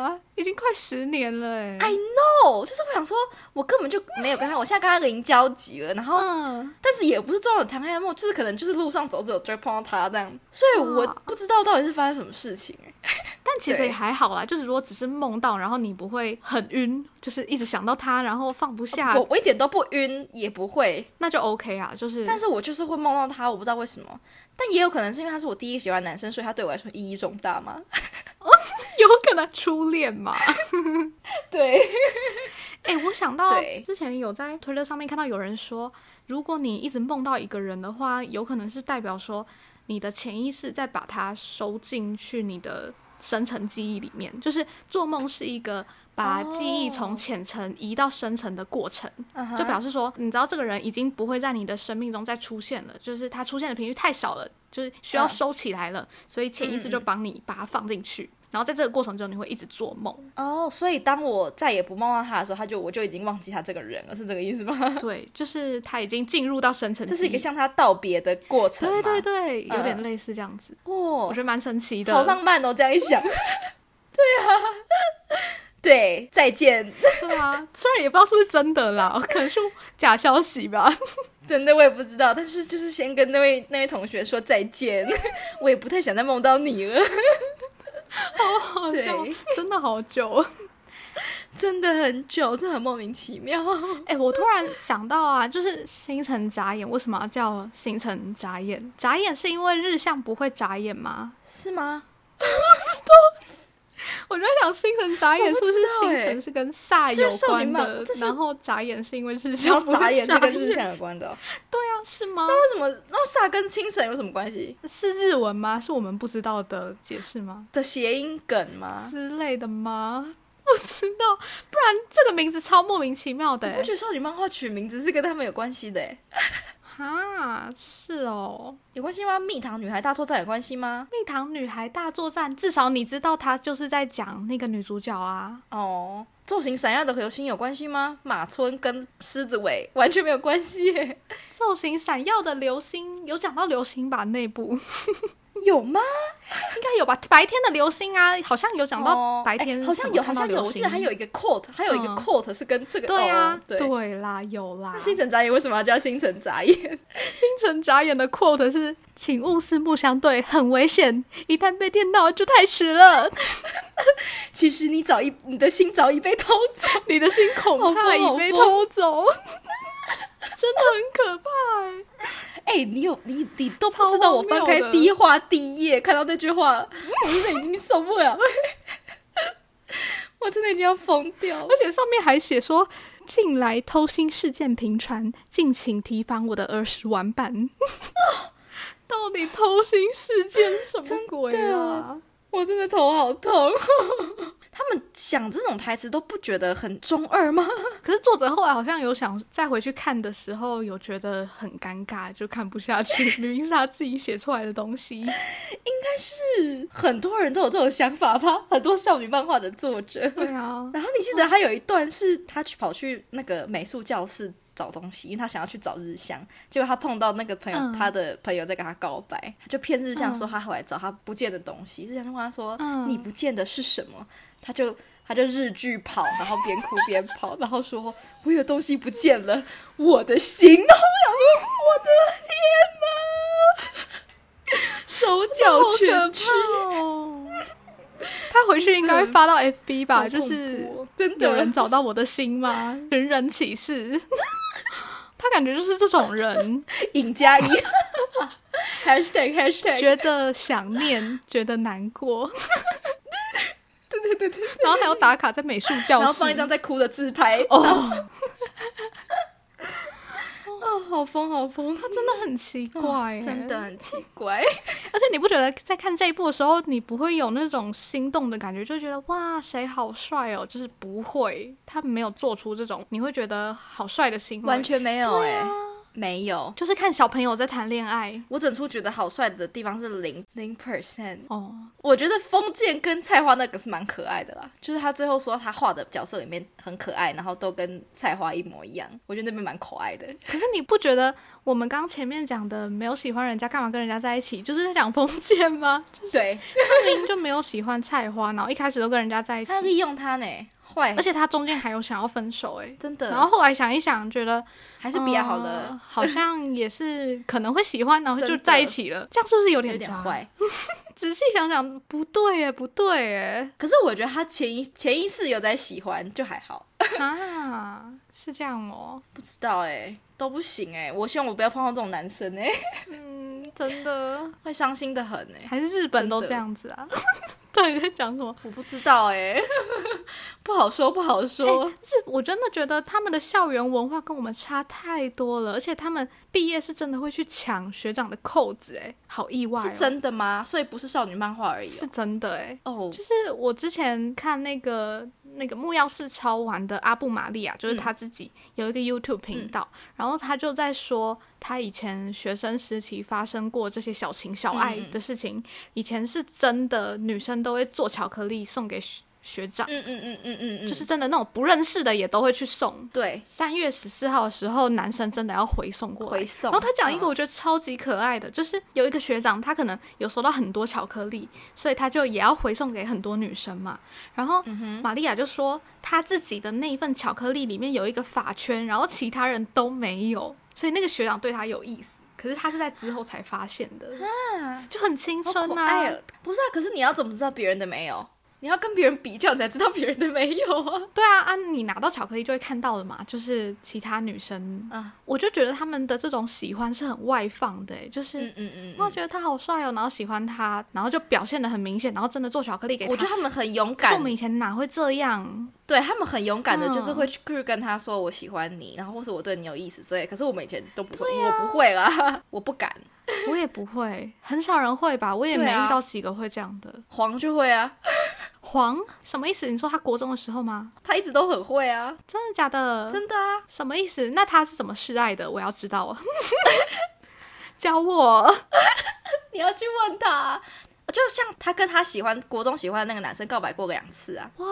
C: 哇，已经快十年了哎、
B: ，I know，就是哦我想说，我根本就没有跟他，我现在跟他零交集了，然后
C: 嗯，
B: 但是也不是做那种谈恋爱梦，就是可能就是路上走走就会碰到他这样，所以我
C: 哇
B: 不知道到底是发生什么事情、欸。
C: 但其实
B: 对
C: 也还好啦，就是如果只是梦到，然后你不会很晕，就是一直想到他，然后放不下，
B: 我我一点都呃不晕，也不会，
C: 那就 OK 啊。就是，
B: 但是我就是会梦到他，我不知道为什么。但也有可能是因为他是我第一个喜欢的男生，所以他对我来说意义重大嘛。
C: 有可能初恋嘛。
B: 对，
C: 哎、我想到
B: 对
C: 之前有在推特上面看到有人说，如果你一直梦到一个人的话，有可能是代表说你的潜意识在把它收进去你的深层记忆里面，就是做梦是一个把记忆从
B: 哦
C: 浅层移到深层的过程。就
B: 表
C: 表示说，嗯你知道这个人已经不会在你的生命中再出现了，就是他出现的频率太少了，就是需要
B: 嗯
C: 收起来了，所以潜意识就帮你把它放进去，然后在这个过程中你会一直做梦，
B: 哦，所以当我再也不梦到他的时候，他就我就已经忘记他这个人了，是这个意思吗？
C: 对，就是他已经进入到深层记
B: 这
C: 忆，
B: 是一个向他道别的过程
C: 对
B: 吗。
C: 对对，有点
B: 嗯
C: 类似这样子，我
B: 哦
C: 觉，得蛮神奇的，
B: 好浪漫哦！这样一 想，对啊，对，再见。
C: 对啊，虽然也不知道是不是真的啦，可能是假消息吧，
B: 真的我也不知道，但是就是先跟那位那位同学说再见， 我也不太想再梦到你了，
C: 好笑
B: 对，
C: 真的好久 哦。
B: 真的很久，真的很莫名其妙。
C: 哎、我突然想到啊，就是星辰眨眼，为什么要叫星辰眨眼？眨眼是因为日向不会眨眼吗？
B: 是吗？
C: 我就在想星辰眨眼
B: 我
C: 是
B: 不
C: 不是
B: 知道
C: 星
B: 欸
C: 辰是跟煞
B: 这
C: 有
B: 是少女
C: 关
B: 漫
C: 的
B: 这，是
C: 然后眨眼是因为日
B: 然
C: 向
B: 后眨眼
C: 这
B: 是跟日向有关的哦、
C: 对啊， 是吗？
B: 那为什么那煞跟清神有什么关系？
C: 是日文吗？是我们不知道的解释吗？
B: 的谐音梗吗？
C: 之类的吗？ 不知道，不然这个名字超莫名其妙的、
B: 我觉
C: 欸。
B: 得少女漫画取名字是跟他们有关系的欸，
C: 哈，是哦，
B: 有关系吗？蜜糖女孩大作战有关系吗？
C: 蜜糖女孩大作战，至少你知道她就是在讲那个女主角啊。
B: 哦，昼行闪耀的核心有关系吗？马村跟狮子尾完全没有关系耶，
C: 兽形闪耀的流星有讲到流星吧？内部应
B: 有吗？
C: 该有吧？白天的流星啊，好像有讲到
B: 哦
C: 白天、
B: 哎好像有，好像有，我记得还有。一个 quote，还有一个
C: 嗯
B: quote 是跟这个
C: 对啊
B: 哦，对。
C: 对啦，有啦
B: 那。星辰眨眼为什么要叫星辰眨眼？
C: 星辰眨眼的 quote 是：“请勿四目相对，很危险，一旦被电到就太迟了。
B: 其实你早已，你的心早已被偷走。
C: 你的心恐
B: 好
C: 怕
B: 疯好
C: 已被
B: 疯
C: 偷走。” 真的很可怕欸、
B: 哎、你有你你都不
C: 超
B: 知道，我
C: 荒谬
B: 翻开
C: 的
B: 第一话第一页看到这句话，我真的已经受不了， 我真的已经要疯掉了
C: 而。且上面还写说：“近来偷心事件频传，敬请提防我的儿时玩伴。” 到底偷心事件什么鬼啊？
B: 我真的头好痛。 他们想这种台词都不觉得很中二吗？
C: 可是作者后来好像有想再回去看的时候，有觉得很尴尬，就看不下去。明明是他自己写出来的东西，
B: 是很多人都有这种想法吧？很多少女漫画的作者。
C: 对啊，
B: 然后你记得他有一段是他去跑去那个美术教室找东西，因为他想要去找日向，结果他碰到那个朋友，
C: 嗯
B: 他的朋友在跟他告白，他就骗日向说他回来找他不见的东西，日向就问他说、
C: 嗯
B: 你不见的是什么？他就。他就日剧跑，然后边哭边跑， 然后说：“我有东西不见了，我的心。”哦然后我想说：“我的天哪， 手脚
C: 好
B: 全
C: 可
B: 屈，
C: 怕哦。他回去应该会发到 FB 吧，
B: 好
C: 就
B: 恐
C: 是
B: 怖哦真的
C: 有人找到我的心 吗？寻人启事，他感觉就是这种人，
B: 尹佳怡，#hashtag hashtag
C: 觉得想念，觉得难过。对对对对，然后还要打卡在美术教
B: 然后
C: 室
B: 放一张在哭的自拍。哦，
C: 哦，
B: 哦好疯，好疯，哦
C: 他真的很奇怪耶，
B: 真的很奇 怪。
C: 而且你不觉得在看这一部的时候，你不会有那种心动的感觉，就觉得哇谁好帅哦，就是不会，他没有做出这种你会觉得好帅的行为，
B: 完全没有
C: 对
B: 哎、
C: 啊
B: 没有。
C: 就是看小朋友在谈恋爱
B: 我整出觉得好帅的地方是零零 percent。
C: 哦，
B: 我觉得封建跟菜花那个是蛮可爱的啦，就是他最后说他画的角色里面很可爱，然后都跟菜花一模一样，我觉得那边蛮可爱的。
C: 可是你不觉得我们刚前面讲的没有喜欢人家干嘛跟人家在一起，就是在讲封建吗？
B: 对，
C: 他明明就没有喜欢菜花，然后一开始都跟人家在一起
B: 他，利用他呢，坏，
C: 而且他中间还有想要分手哎、
B: 真的，
C: 然后后来想一想，觉得
B: 还是比较好
C: 呃
B: 的，
C: 好像也是可能会喜欢，然后就
B: 真的
C: 在一起了，这样是不是有
B: 有
C: 点
B: 点
C: 渣？
B: 坏。
C: 仔细想想，不对耶，不对耶
B: 可是我觉得他潜意潜意识有在喜欢，就还好。
C: 啊，是这样哦，
B: 不知道哎、都不行哎、我希望我不要碰到这种男生哎、
C: 嗯，真的，
B: 会伤心的很哎、
C: 还是日本都
B: 真
C: 这
B: 的
C: 样子啊？ 到底在讲什么？
B: 我不知道哎、 不好说，不好说。
C: 是我真的觉得他们的校园文化跟我们差太多了，而且他们毕业是真的会去抢学长的扣子，哎，好意外、哦，
B: 是真的吗？所以不是少女漫画而已
C: 是真的哎。
B: 哦。哦
C: 就是我之前看那个那个木曜四超玩的阿布玛利亚，就是他自己有一个 YouTube 频道，然后他就在说他以前学生时期发生过这些小情小爱的事情，以前是真的女生都会做巧克力送给学学长，
B: 嗯嗯嗯嗯嗯嗯，
C: 就是真的那种不认识的也都会去送。
B: 对
C: 三月十四号的时候，男生真的要回送过来
B: 回送。
C: 然后他讲一个
B: 嗯
C: 我觉得超级可爱的，就是有一个学长，他可能有收到很多巧克力，所以他就也要回送给很多女生嘛。然后
B: 嗯
C: 玛利亚就说，她自己的那一份巧克力里面有一个发圈，然后其他人都没有，所以那个学长对她有意思。可是他是在之后才发现的，就很青
B: 好
C: 春
B: 可
C: 啊！
B: 爱哦不是啊，可是你要怎么知道别人的没有？你要跟别人比较，你才知道别人的没有啊。
C: 对啊，啊，你拿到巧克力就会看到了嘛，就是其他女生，
B: 啊
C: 我就觉得他们的这种喜欢是很外放的、欸，就是、
B: 嗯嗯嗯
C: 哇，觉得他好帅哦，然后喜欢他，然后就表现的很明显，然后真的做巧克力给他。
B: 我觉得他们很勇
C: 可是
B: 敢
C: 我，们以前哪会这样？
B: 对他们很勇敢的，
C: 嗯
B: 就是会去去跟他说我喜欢你，然后或是我对你有意思之类。可是我们以前都不会，
C: 啊
B: 我不会啦，我不敢。
C: 我也不会，很少人会吧？我也没
B: 对啊
C: 遇到几个会这样的。
B: 黄就会啊，
C: 黄什么意思？你说他国中的时候吗？
B: 他一直都很会啊，
C: 真的假的？
B: 真的啊。
C: 什么意思？那他是怎么示爱的？我要知道啊！ 教我。
B: 你要去问他，就像他跟他喜欢国中喜欢的那个男生告白过两次啊。
C: 哇，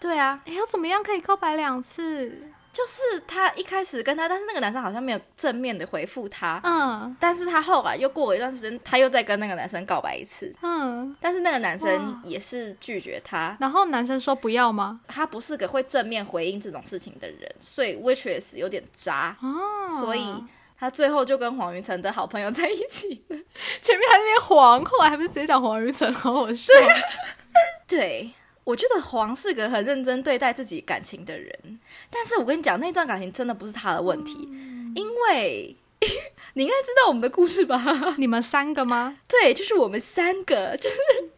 B: 对啊，
C: 哎，要怎么样可以告白两次？
B: 就是他一开始跟他，但是那个男生好像没有正面的回复他。
C: 嗯
B: 但是他后来又过了一段时间，他又再跟那个男生告白一次，
C: 嗯。
B: 但是那个男生
C: 哇
B: 也是拒绝他，
C: 然后男生说不要吗？
B: 他不是个会正面回应这种事情的人，所以 waitress 有点渣，
C: 啊，
B: 所以他最后就跟黄云成的好朋友在一起 了。
C: 前面还在那边黄，后来还不是直接讲黄雨辰，好好笑。
B: 啊对，我觉得黄是个很认真对待自己感情的人，但是我跟你讲，那段感情真的不是他的问题，
C: 嗯
B: 因为 你应该知道我们的故事吧？
C: 你们三个吗？
B: 对，就是我们三个， 就是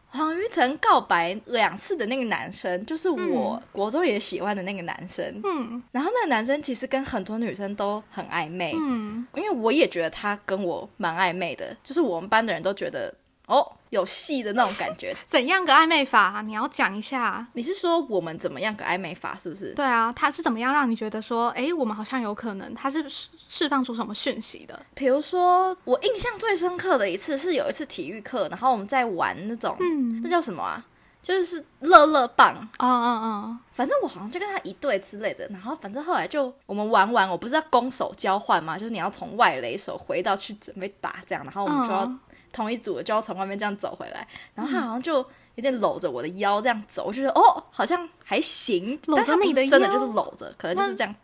B: 黄于成告白两次的那个男生，就是我国中也喜欢的那个男生。
C: 嗯
B: 然后那个男生其实跟很多女生都很暧昧，
C: 嗯，
B: 因为我也觉得他跟我蛮暧昧的，就是我们班的人都觉得哦有戏的那种感觉。
C: 怎样个暧昧法？你要讲一下。
B: 你是说我们怎么样个暧昧法，是不是？
C: 对啊，他是怎么样让你觉得说，诶，我们好像有可能？他是释释放出什么讯息的？
B: 比如说，我印象最深刻的一次是有一次体育课，然后我们在玩那种，
C: 嗯，
B: 那叫什么啊？就是乐乐棒，
C: 哦哦
B: 反正我好像就跟他一对之类的，然后反正后来就我们玩完，我不是要攻守交换嘛，就是你要从外垒手回到去准备打这样，然后
C: 哦，
B: 我们就要、
C: 嗯
B: 同一组的就要从外面这样走回来，然后他好像就有点搂着我的腰这样走，我就觉得哦好像还行，
C: 搂着
B: 但他不是
C: 你的
B: 真的
C: 腰
B: 就是搂着，可能就是
C: 那
B: 这样，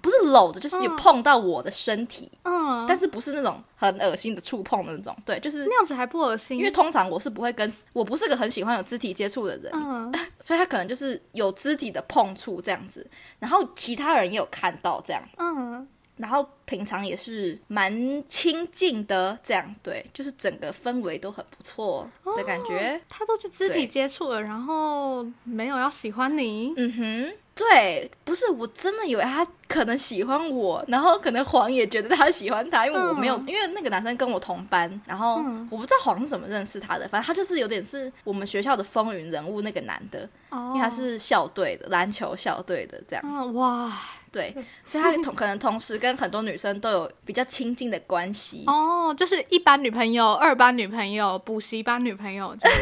B: 不是搂着，就是有
C: 嗯
B: 碰到我的身体，
C: 嗯，
B: 但是不是那种很恶心的触碰的那种，对，就是
C: 那样子还不恶心，
B: 因为通常我是不会跟我不是个很喜欢有肢体接触的人，
C: 嗯，
B: 所以他可能就是有肢体的碰触这样子，然后其他人也有看到这样，
C: 嗯，
B: 然后平常也是蛮亲近的这样，对，就是整个氛围都很不错的感觉，
C: 他都是肢
B: 对
C: 体接触了，然后没有要喜欢你，
B: 嗯哼。对，不是，我真的以为他可能喜欢我，然后可能黄也觉得他喜欢他，因为我没有，
C: 嗯
B: 因为那个男生跟我同班，然后
C: 嗯
B: 我不知道黄是怎么认识他的，反正他就是有点是我们学校的风云人物那个男的，
C: 哦
B: 因为他，是校队的篮球校队的这样，
C: 嗯，哇，
B: 对，
C: 嗯
B: 所以他同可能同时跟很多女生都有比较亲近的关系。
C: 哦，就是一班女朋友、二班女朋友、补习班女朋友这 样，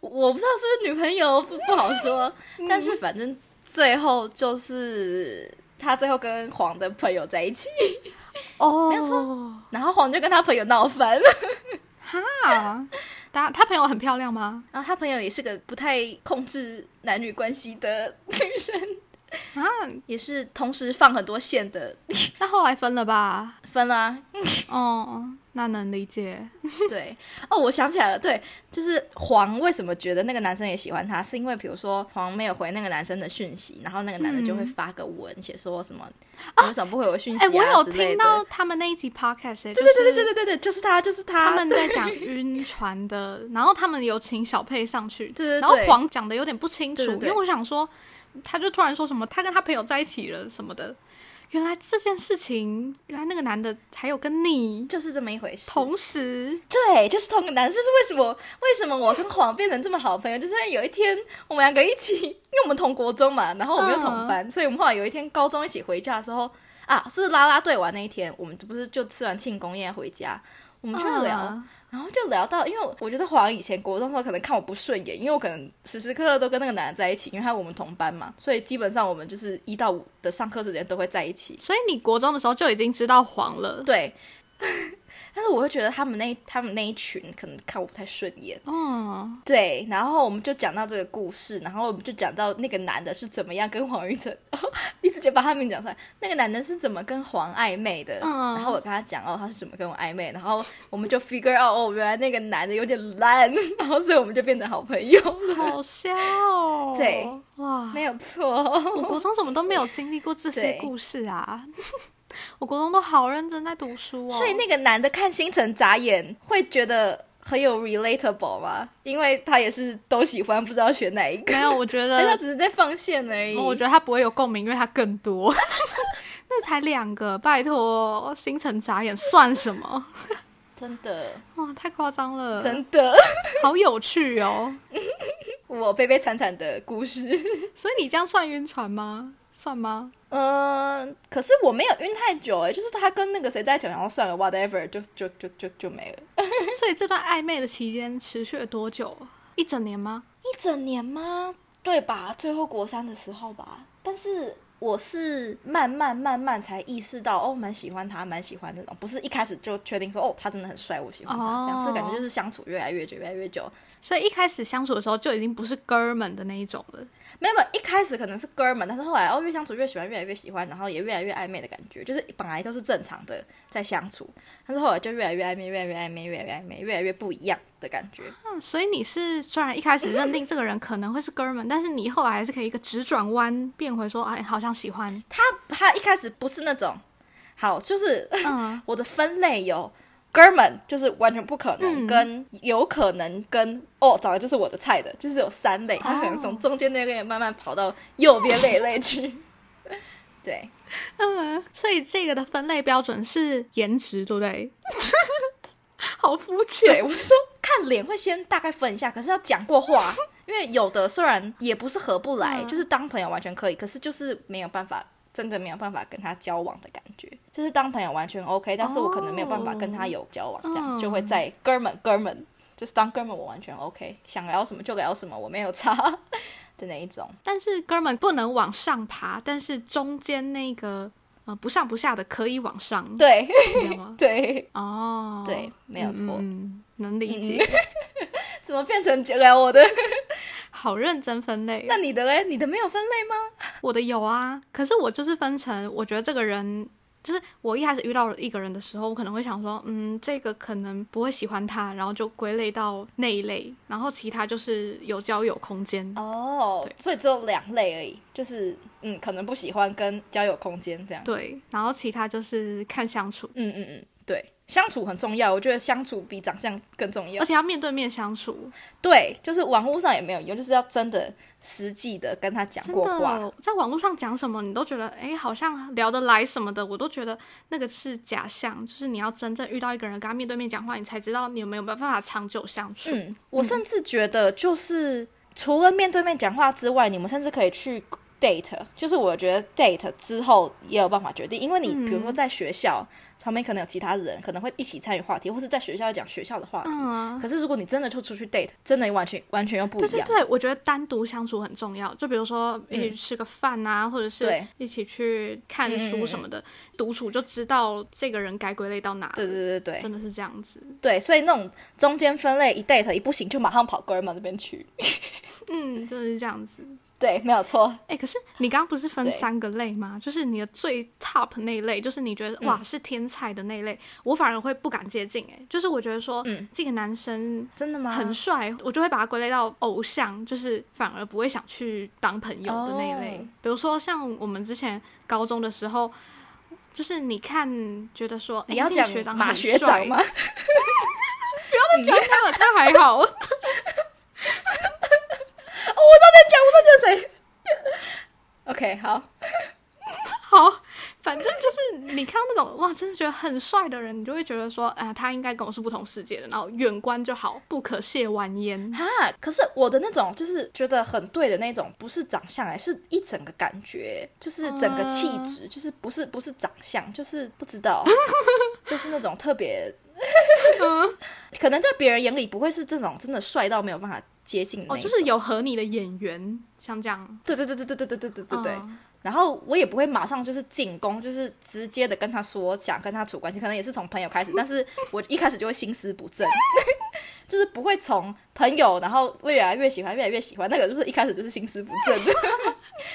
B: 我我不知道是不是女朋友，不不好 说。
C: 嗯
B: 但是反正最后就是他最后跟黄的朋友在一起，
C: 哦，
B: 有错然后黄就跟他朋友闹翻 了。
C: 哈，啊他他朋友很漂亮吗？
B: 然后他朋友也是个不太控制男女关系的女生，
C: 啊，
B: 也是同时放很多线的，
C: 那后来分了吧？
B: 分啦、
C: 哦，那能理解。
B: 对，哦，我想起来了，对，就是黄为什么觉得那个男生也喜欢他，是因为比如说黄没有回那个男生的讯息，然后那个男的就会发个文，写说什么、你为什么不回我讯
C: 嗯
B: 息、
C: 哎、
B: 啊
C: 我有
B: 之类
C: 听
B: 的
C: 到他们那一集 podcast，、欸、对
B: 对对对对对对，就是他，就是
C: 他
B: 他，
C: 们在讲晕船的，然后他们有请小佩上去，
B: 对对
C: 然后
B: 对
C: 黄讲的有点不清楚，
B: 对对对
C: 因为我想说，他就突然说什么他跟他朋友在一起了什么的，原来这件事情，原来那个男的还有跟你
B: 就是这么一回事。
C: 同时，
B: 对，就是同个男生，就是为什么为什么我跟黄变成这么好朋友，就是因为有一天我们两个一起，因为我们同国中嘛，然后我们又同班，所以我们后来有一天高中一起回家的时候啊，是啦啦队玩那一天，我们不是就吃完庆功宴回家，我们就聊。
C: 嗯
B: 然后就聊到，因为我觉得黄以前国中的时候可能看我不顺眼，因为我可能时时刻刻都跟那个男的在一起，因为他我们同班嘛，所以基本上我们就是一到五的上课时间都会在一起。
C: 所以你国中的时候就已经知道黄了，
B: 对， 但是我会觉得他们那他们那一群可能看我不太顺眼。
C: 嗯，
B: 对，然后我们就讲到这个故事，然后我们就讲到那个男的是怎么样跟黄玉成， 你直接把他名讲出来，那个男的是怎么跟黄暧昧的，
C: 嗯
B: 然后我跟他讲哦，他是怎么跟我暧昧，然后我们就 figure out 哦，原来那个男的有点烂， 然后所以我们就变成好朋友，
C: 好笑、哦，
B: 对，
C: 哇，
B: 没有错，
C: 我国中怎么都没有经历过这些
B: 对
C: 故事啊？ 我国中都好认真在读书哦，
B: 所以那个男的看星辰眨眼会觉得很有 relatable 吗？因为他也是都喜欢，不知道选哪一个，
C: 没有，我觉
B: 但
C: 得
B: 哎他只是在放线而已，
C: 我觉得他不会有共鸣，因为他更多。 那才两个，拜托，星辰眨眼算什么？
B: 真的
C: 哇，太夸张了，
B: 真的，
C: 好有趣哦。
B: 我悲悲惨惨的故事。
C: 所以你这样算晕船吗？算吗？
B: 嗯，可是我没有晕太久哎、就是他跟那个谁在一起，然后算了，whatever，就就就就就没了。
C: 所以这段暧昧的期间持续了多久？一整年吗？
B: 一整年吗？对吧？最后国三的时候吧。但是我是慢慢慢慢才意识到，哦，蛮喜欢他，蛮喜欢这种，不是一开始就确定说，哦，他真的很帅，我喜欢他。这样
C: 哦
B: 是感觉就是相处越来越久，越来越久。
C: 所以一开始相处的时候就已经不是哥们的那一种了。
B: 没有没有，一开始可能是哥们，但是后来哦，越相处越喜欢，越来越喜欢，然后也越来越暧昧的感觉，就是本来都是正常的在相处，但是后来就越来越暧昧，越来越暧昧，越来越暧昧，越来越不一样的感觉。
C: 嗯，所以你是虽然一开
B: 哎
C: 始认定这个人可能会是哥们，但是你后来还是可以一个直转弯变回说，哎，好像喜 欢。
B: 他他一开始不是那种好，就是
C: 嗯，
B: 我的分类有哥们，就是完全不可能
C: 嗯
B: 跟、有可能跟哦，早来就是我的菜的，就是有三类，他可能从中间那个慢慢跑到右边那一类去。 对，
C: 所以这个的分类标准是颜值，对不对？ 好肤浅
B: 对，我说看脸会先大概分一下，可是要讲 过话，因为有的虽然也不是合不来，
C: 嗯
B: 就是当朋友完全可以，可是就是没有办法，真的没有办法跟他交往的感觉，就是当朋友完全 OK，但是我可能没有办法跟他有交往，这样、
C: 嗯
B: 就会在哥们哥们，就是当哥们我完全 OK，想聊什么就聊什么，我没有差 的那一种。
C: 但是哥们不能往上爬，但是中间那个呃不上不下的可以往上，
B: 对
C: 你知道吗？
B: 对
C: 哦，
B: 对，没有错。
C: 嗯，嗯能理解。
B: 怎么变成聊我的？
C: 好认真分类哦，
B: 那你的嘞？你的没有分类吗？
C: 我的有啊，可是我就是分成，我觉得这个人。就是我一开始遇到一个人的时候，我可能会想说，嗯，这个可能不会喜欢他，然后就归类到那一类，然后其他就是有交友空间。
B: 哦
C: 对，
B: 所以只有两类而已，就是嗯，可能不喜欢跟交友空间这样。
C: 对，然后其他就是看相处，
B: 嗯嗯嗯，对，相处很重要，我觉得相处比长相更重要
C: 而。且要面对面相处。
B: 对，就是网络上也没有用，就是要真的实际的跟他讲
C: 真
B: 过话。
C: 的，在网络上讲什么，你都觉得哎，好像聊得来什么的，我都觉得那个是假象。就是你要真正遇到一个人，跟他面对面讲话，你才知道你有没有办法长久相处。
B: 嗯，我甚至觉得就是、除了面对面讲话之外，你们甚至可以去 date，就是我觉得 date 之后也有办法决定，因为你比如说在学校、旁边可能有其他人，可能会一起参与话题，或是在学校讲学校的话题。
C: 嗯啊
B: 可是如果你真的就出去 date，真的完全完全又不
C: 对
B: 一
C: 对
B: 样。
C: 对，我觉得单独相处很重要。就比如说一起
B: 嗯
C: 去吃个饭啊，或者是
B: 对
C: 一起去看
B: 嗯嗯
C: 书
B: 嗯
C: 什么的，独处就知道这个人该归类到哪。
B: 对对对对对
C: 真的是这样子。
B: 对，所以那种中间分类一 date 一不行就马上跑哥们那边去。
C: 嗯，就是这样子。
B: 对，没有错。
C: 哎、可是你刚刚不是分
B: 对
C: 三个类吗？就是你的最 top 那一类，就是你觉得、
B: 嗯
C: 哇是天才的那一类，我反而会不敢接近、哎，就是我觉得说、
B: 嗯
C: 这个男生
B: 真的吗
C: 很帅，我就会把它归类到偶像，就是反而不会想去当朋友的那一类。
B: 哦
C: 比如说像我们之前高中的时候，就是你看觉得说，哎
B: 你要
C: 那个
B: 讲
C: 学长
B: 马
C: 很
B: 学
C: 帅
B: 长吗？？
C: 讲他了，他还好。
B: 哦，我差点讲，我差点讲谁？OK，好，
C: 好，反正就是你看到那种哇，真的觉得很帅的人，你就会觉得说，啊、他应该跟我是不同世界的，然后远观就好，不可亵玩焉。
B: 哈，可是我的那种就是觉得很对的那种，不是长相哎，是一整个感觉，就是整个气质，就是不是不是长相，就是不知道，就是那种特别，可能在别人眼里不会是这种真的帅到没有办法接近的那
C: 哦，
B: 一
C: 就是
B: 种
C: 有和你的眼缘，像这样，
B: 对对对对对对对对对对对。
C: 嗯
B: 然后我也不会马上就是进攻，就是直接的跟他说想跟他处关系，可能也是从朋友开始，但 是我一开始就会心思不正， 就是不会从朋友，然后越来越喜欢，越来越喜欢，那个就是一开始就是心思不正 的，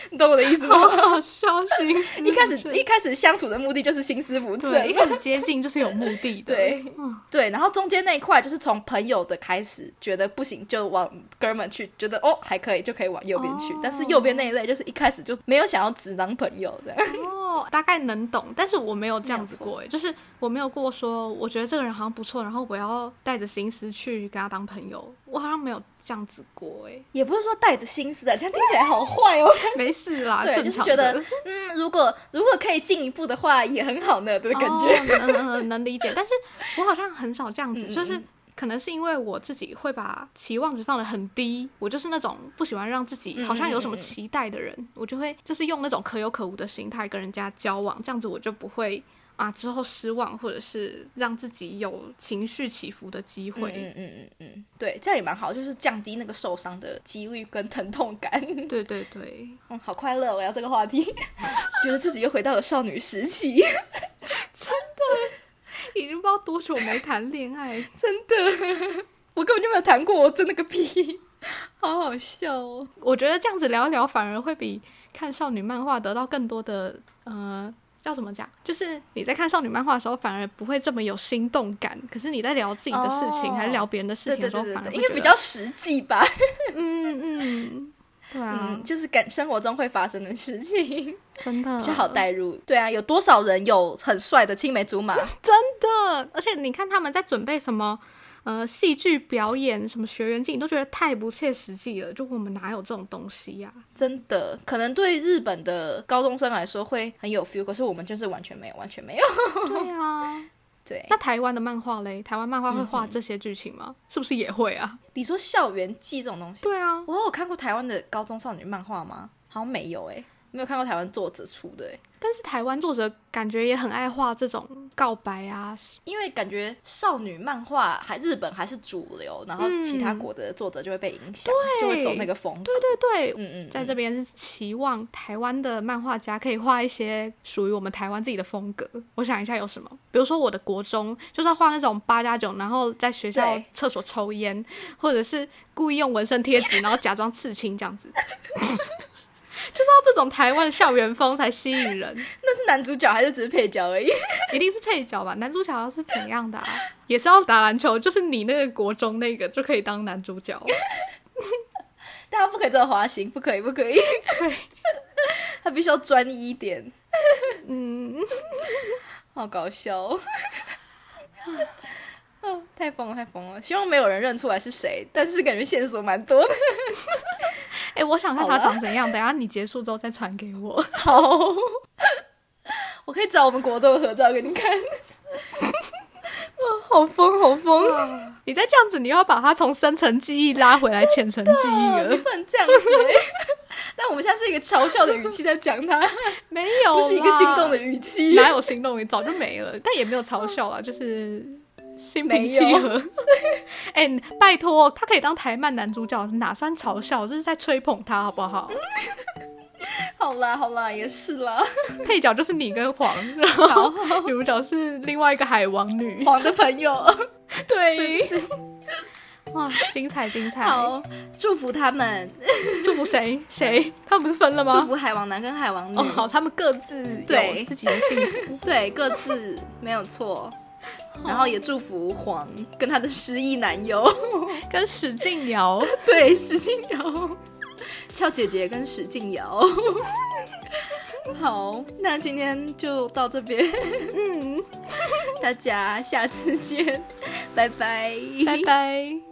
B: 你懂我的意思
C: 好
B: 吗？
C: 好笑心思
B: 一开始
C: 不正
B: 一开始相处的目的就是心思不正，
C: 对，嗯一开始接近就是有目的的。
B: 对，对，然后中间那一块就是从朋友的开始，觉得不行就往哥们去，觉得哦还可以就可以往右边去，
C: 哦
B: 但是右边那一类就是一开始就没有想要只当朋友的，
C: 哦，大概能懂，但是我没有这样子
B: 没
C: 过，哎，就是我没有过说，我觉得这个人好像不错，然后我要带着心思去跟他当朋友，我好像没有这样子过，哎，
B: 也不是说带着心思的，这样听起来好坏哦。
C: 没事啦，
B: 对，
C: 正
B: 就是
C: 常
B: 觉
C: 的
B: 得。 嗯，如果如果可以进一步的话，也很好呢的感觉。
C: 哦、嗯嗯嗯，能理解。 但是我好像很少这样子，
B: 嗯嗯
C: 就是
B: 嗯
C: 可能是因为我自己会把期望值放得很低，我就是那种不喜欢让自
B: 嗯
C: 己好像有什么期待的人，我就会就是用那种可有可无的心态跟人家交往，这样子我就不会。啊，之后失望或者是让自己有情绪起伏的机
B: 嗯
C: 会，
B: 嗯嗯嗯嗯，对，这样也蛮好，就是降低那个受伤的几率跟疼痛感。
C: 对对对，
B: 嗯，好快乐，我要这个话题， 觉得自己又回到了少女时期，
C: 已经不知道多久没谈恋爱，
B: 真的，我根本就没有谈过，我真的个屁， 好好笑哦。
C: 我觉得这样子聊一聊，反而会比看少女漫画得到更多的呃，叫怎么讲？就是你在看少女漫画的时候，反而不会这么有心动感。可是你在聊自己的事情，
B: 哦
C: 还是聊别人的事
B: 对
C: 情的
B: 对
C: 时候，
B: 对对
C: 反而
B: 对，
C: 会
B: 因为
C: 觉
B: 比
C: 得
B: 较实际吧，
C: 嗯嗯，对啊，
B: 嗯，就是感生活中会发生的事情，
C: 真的
B: 比较好带入。对啊，有多少人有很帅的青梅竹马？
C: 的。而且你看他们在准备什么。呃，戏剧表演什么学员季，你都觉得太不切实际了。就我们哪有这种东西 呀、
B: 真的，可能对日本的高中生来说会很有 feel，可是我们就是完全没有，完全没有。
C: 对
B: 哎
C: 啊，
B: 对，
C: 那台湾的漫画嘞？台湾漫画会
B: 嗯
C: 画这些剧情吗？是不是也会啊？
B: 你说校园季这种东西，
C: 对啊，
B: 我有看过台湾的高中少女漫画吗？好像没有诶、欸没有看过台湾作者出的诶、欸
C: 但是台湾作者感觉也很爱画这种告白啊，
B: 因为感觉少女漫画还日本还是主流，然后
C: 嗯
B: 其他国的作者就会被影响，就会走那个风格。
C: 对对，
B: 嗯嗯，
C: 在这边期望台湾的漫画家可以画一些属于我们台湾自己的风格。我想一下有什么，比如说我的国中就是要画那种八加九，然后在学校
B: 对
C: 厕所抽烟，或者是故意用纹身贴纸，然后假装刺青这样子。 就是要这种台湾的校园风才吸引人，
B: 那是男主角还是只是配角而已？
C: 一定是配角吧？男主角要是怎样的啊？也是要打篮球，就是你那个国中那个就可以当男主角。
B: 大家不可以这么花心，不可以，不可以。
C: 对，
B: 他必须要专一一点，
C: 嗯，
B: 好搞笑、 哦。哦，太疯了，太疯了！希望没有人认出来是谁，但是感觉线索蛮多 的。
C: 哎、我想看
B: 好
C: 他
B: 啦
C: 长怎样，等一下你结束之后再传给我。
B: 好，我可以找我们国中的合照给你 看。哦，好疯，好疯！
C: 你再这样子，你又要把他从深层记忆拉回来浅层记忆
B: 哦你
C: 了。
B: 不能这样子欸、 但我们现在是一个嘲笑的语气在讲他，
C: 没有，
B: 不是一个心动的，语气。
C: 哪有心动？早就没了，但也没有嘲笑啊，就是心平气
B: 没
C: 和。 哎、拜托，他可以当台漫男主角，哪算嘲笑？这是在吹捧他，好不好？
B: 好啦，好啦，也是啦。
C: 配角就是你跟黄，然后女 主角是另外一个海王女。
B: 黄的朋友，
C: 对，哇，精彩精彩！
B: 好，祝福他们，
C: 祝福谁谁？他们不是分了
B: 祝
C: 吗？
B: 福海王男跟海王女，
C: 啊哦，好，他们各自
B: 对
C: 有自己的幸福。
B: 对，各自没有错。然后也祝福黄跟她的失忆 男友，
C: 跟史劲尧，
B: 对史劲尧，俏姐姐跟史 劲尧。好，那今天就到这边，
C: 嗯，
B: 大家下次见，拜拜，
C: 拜拜。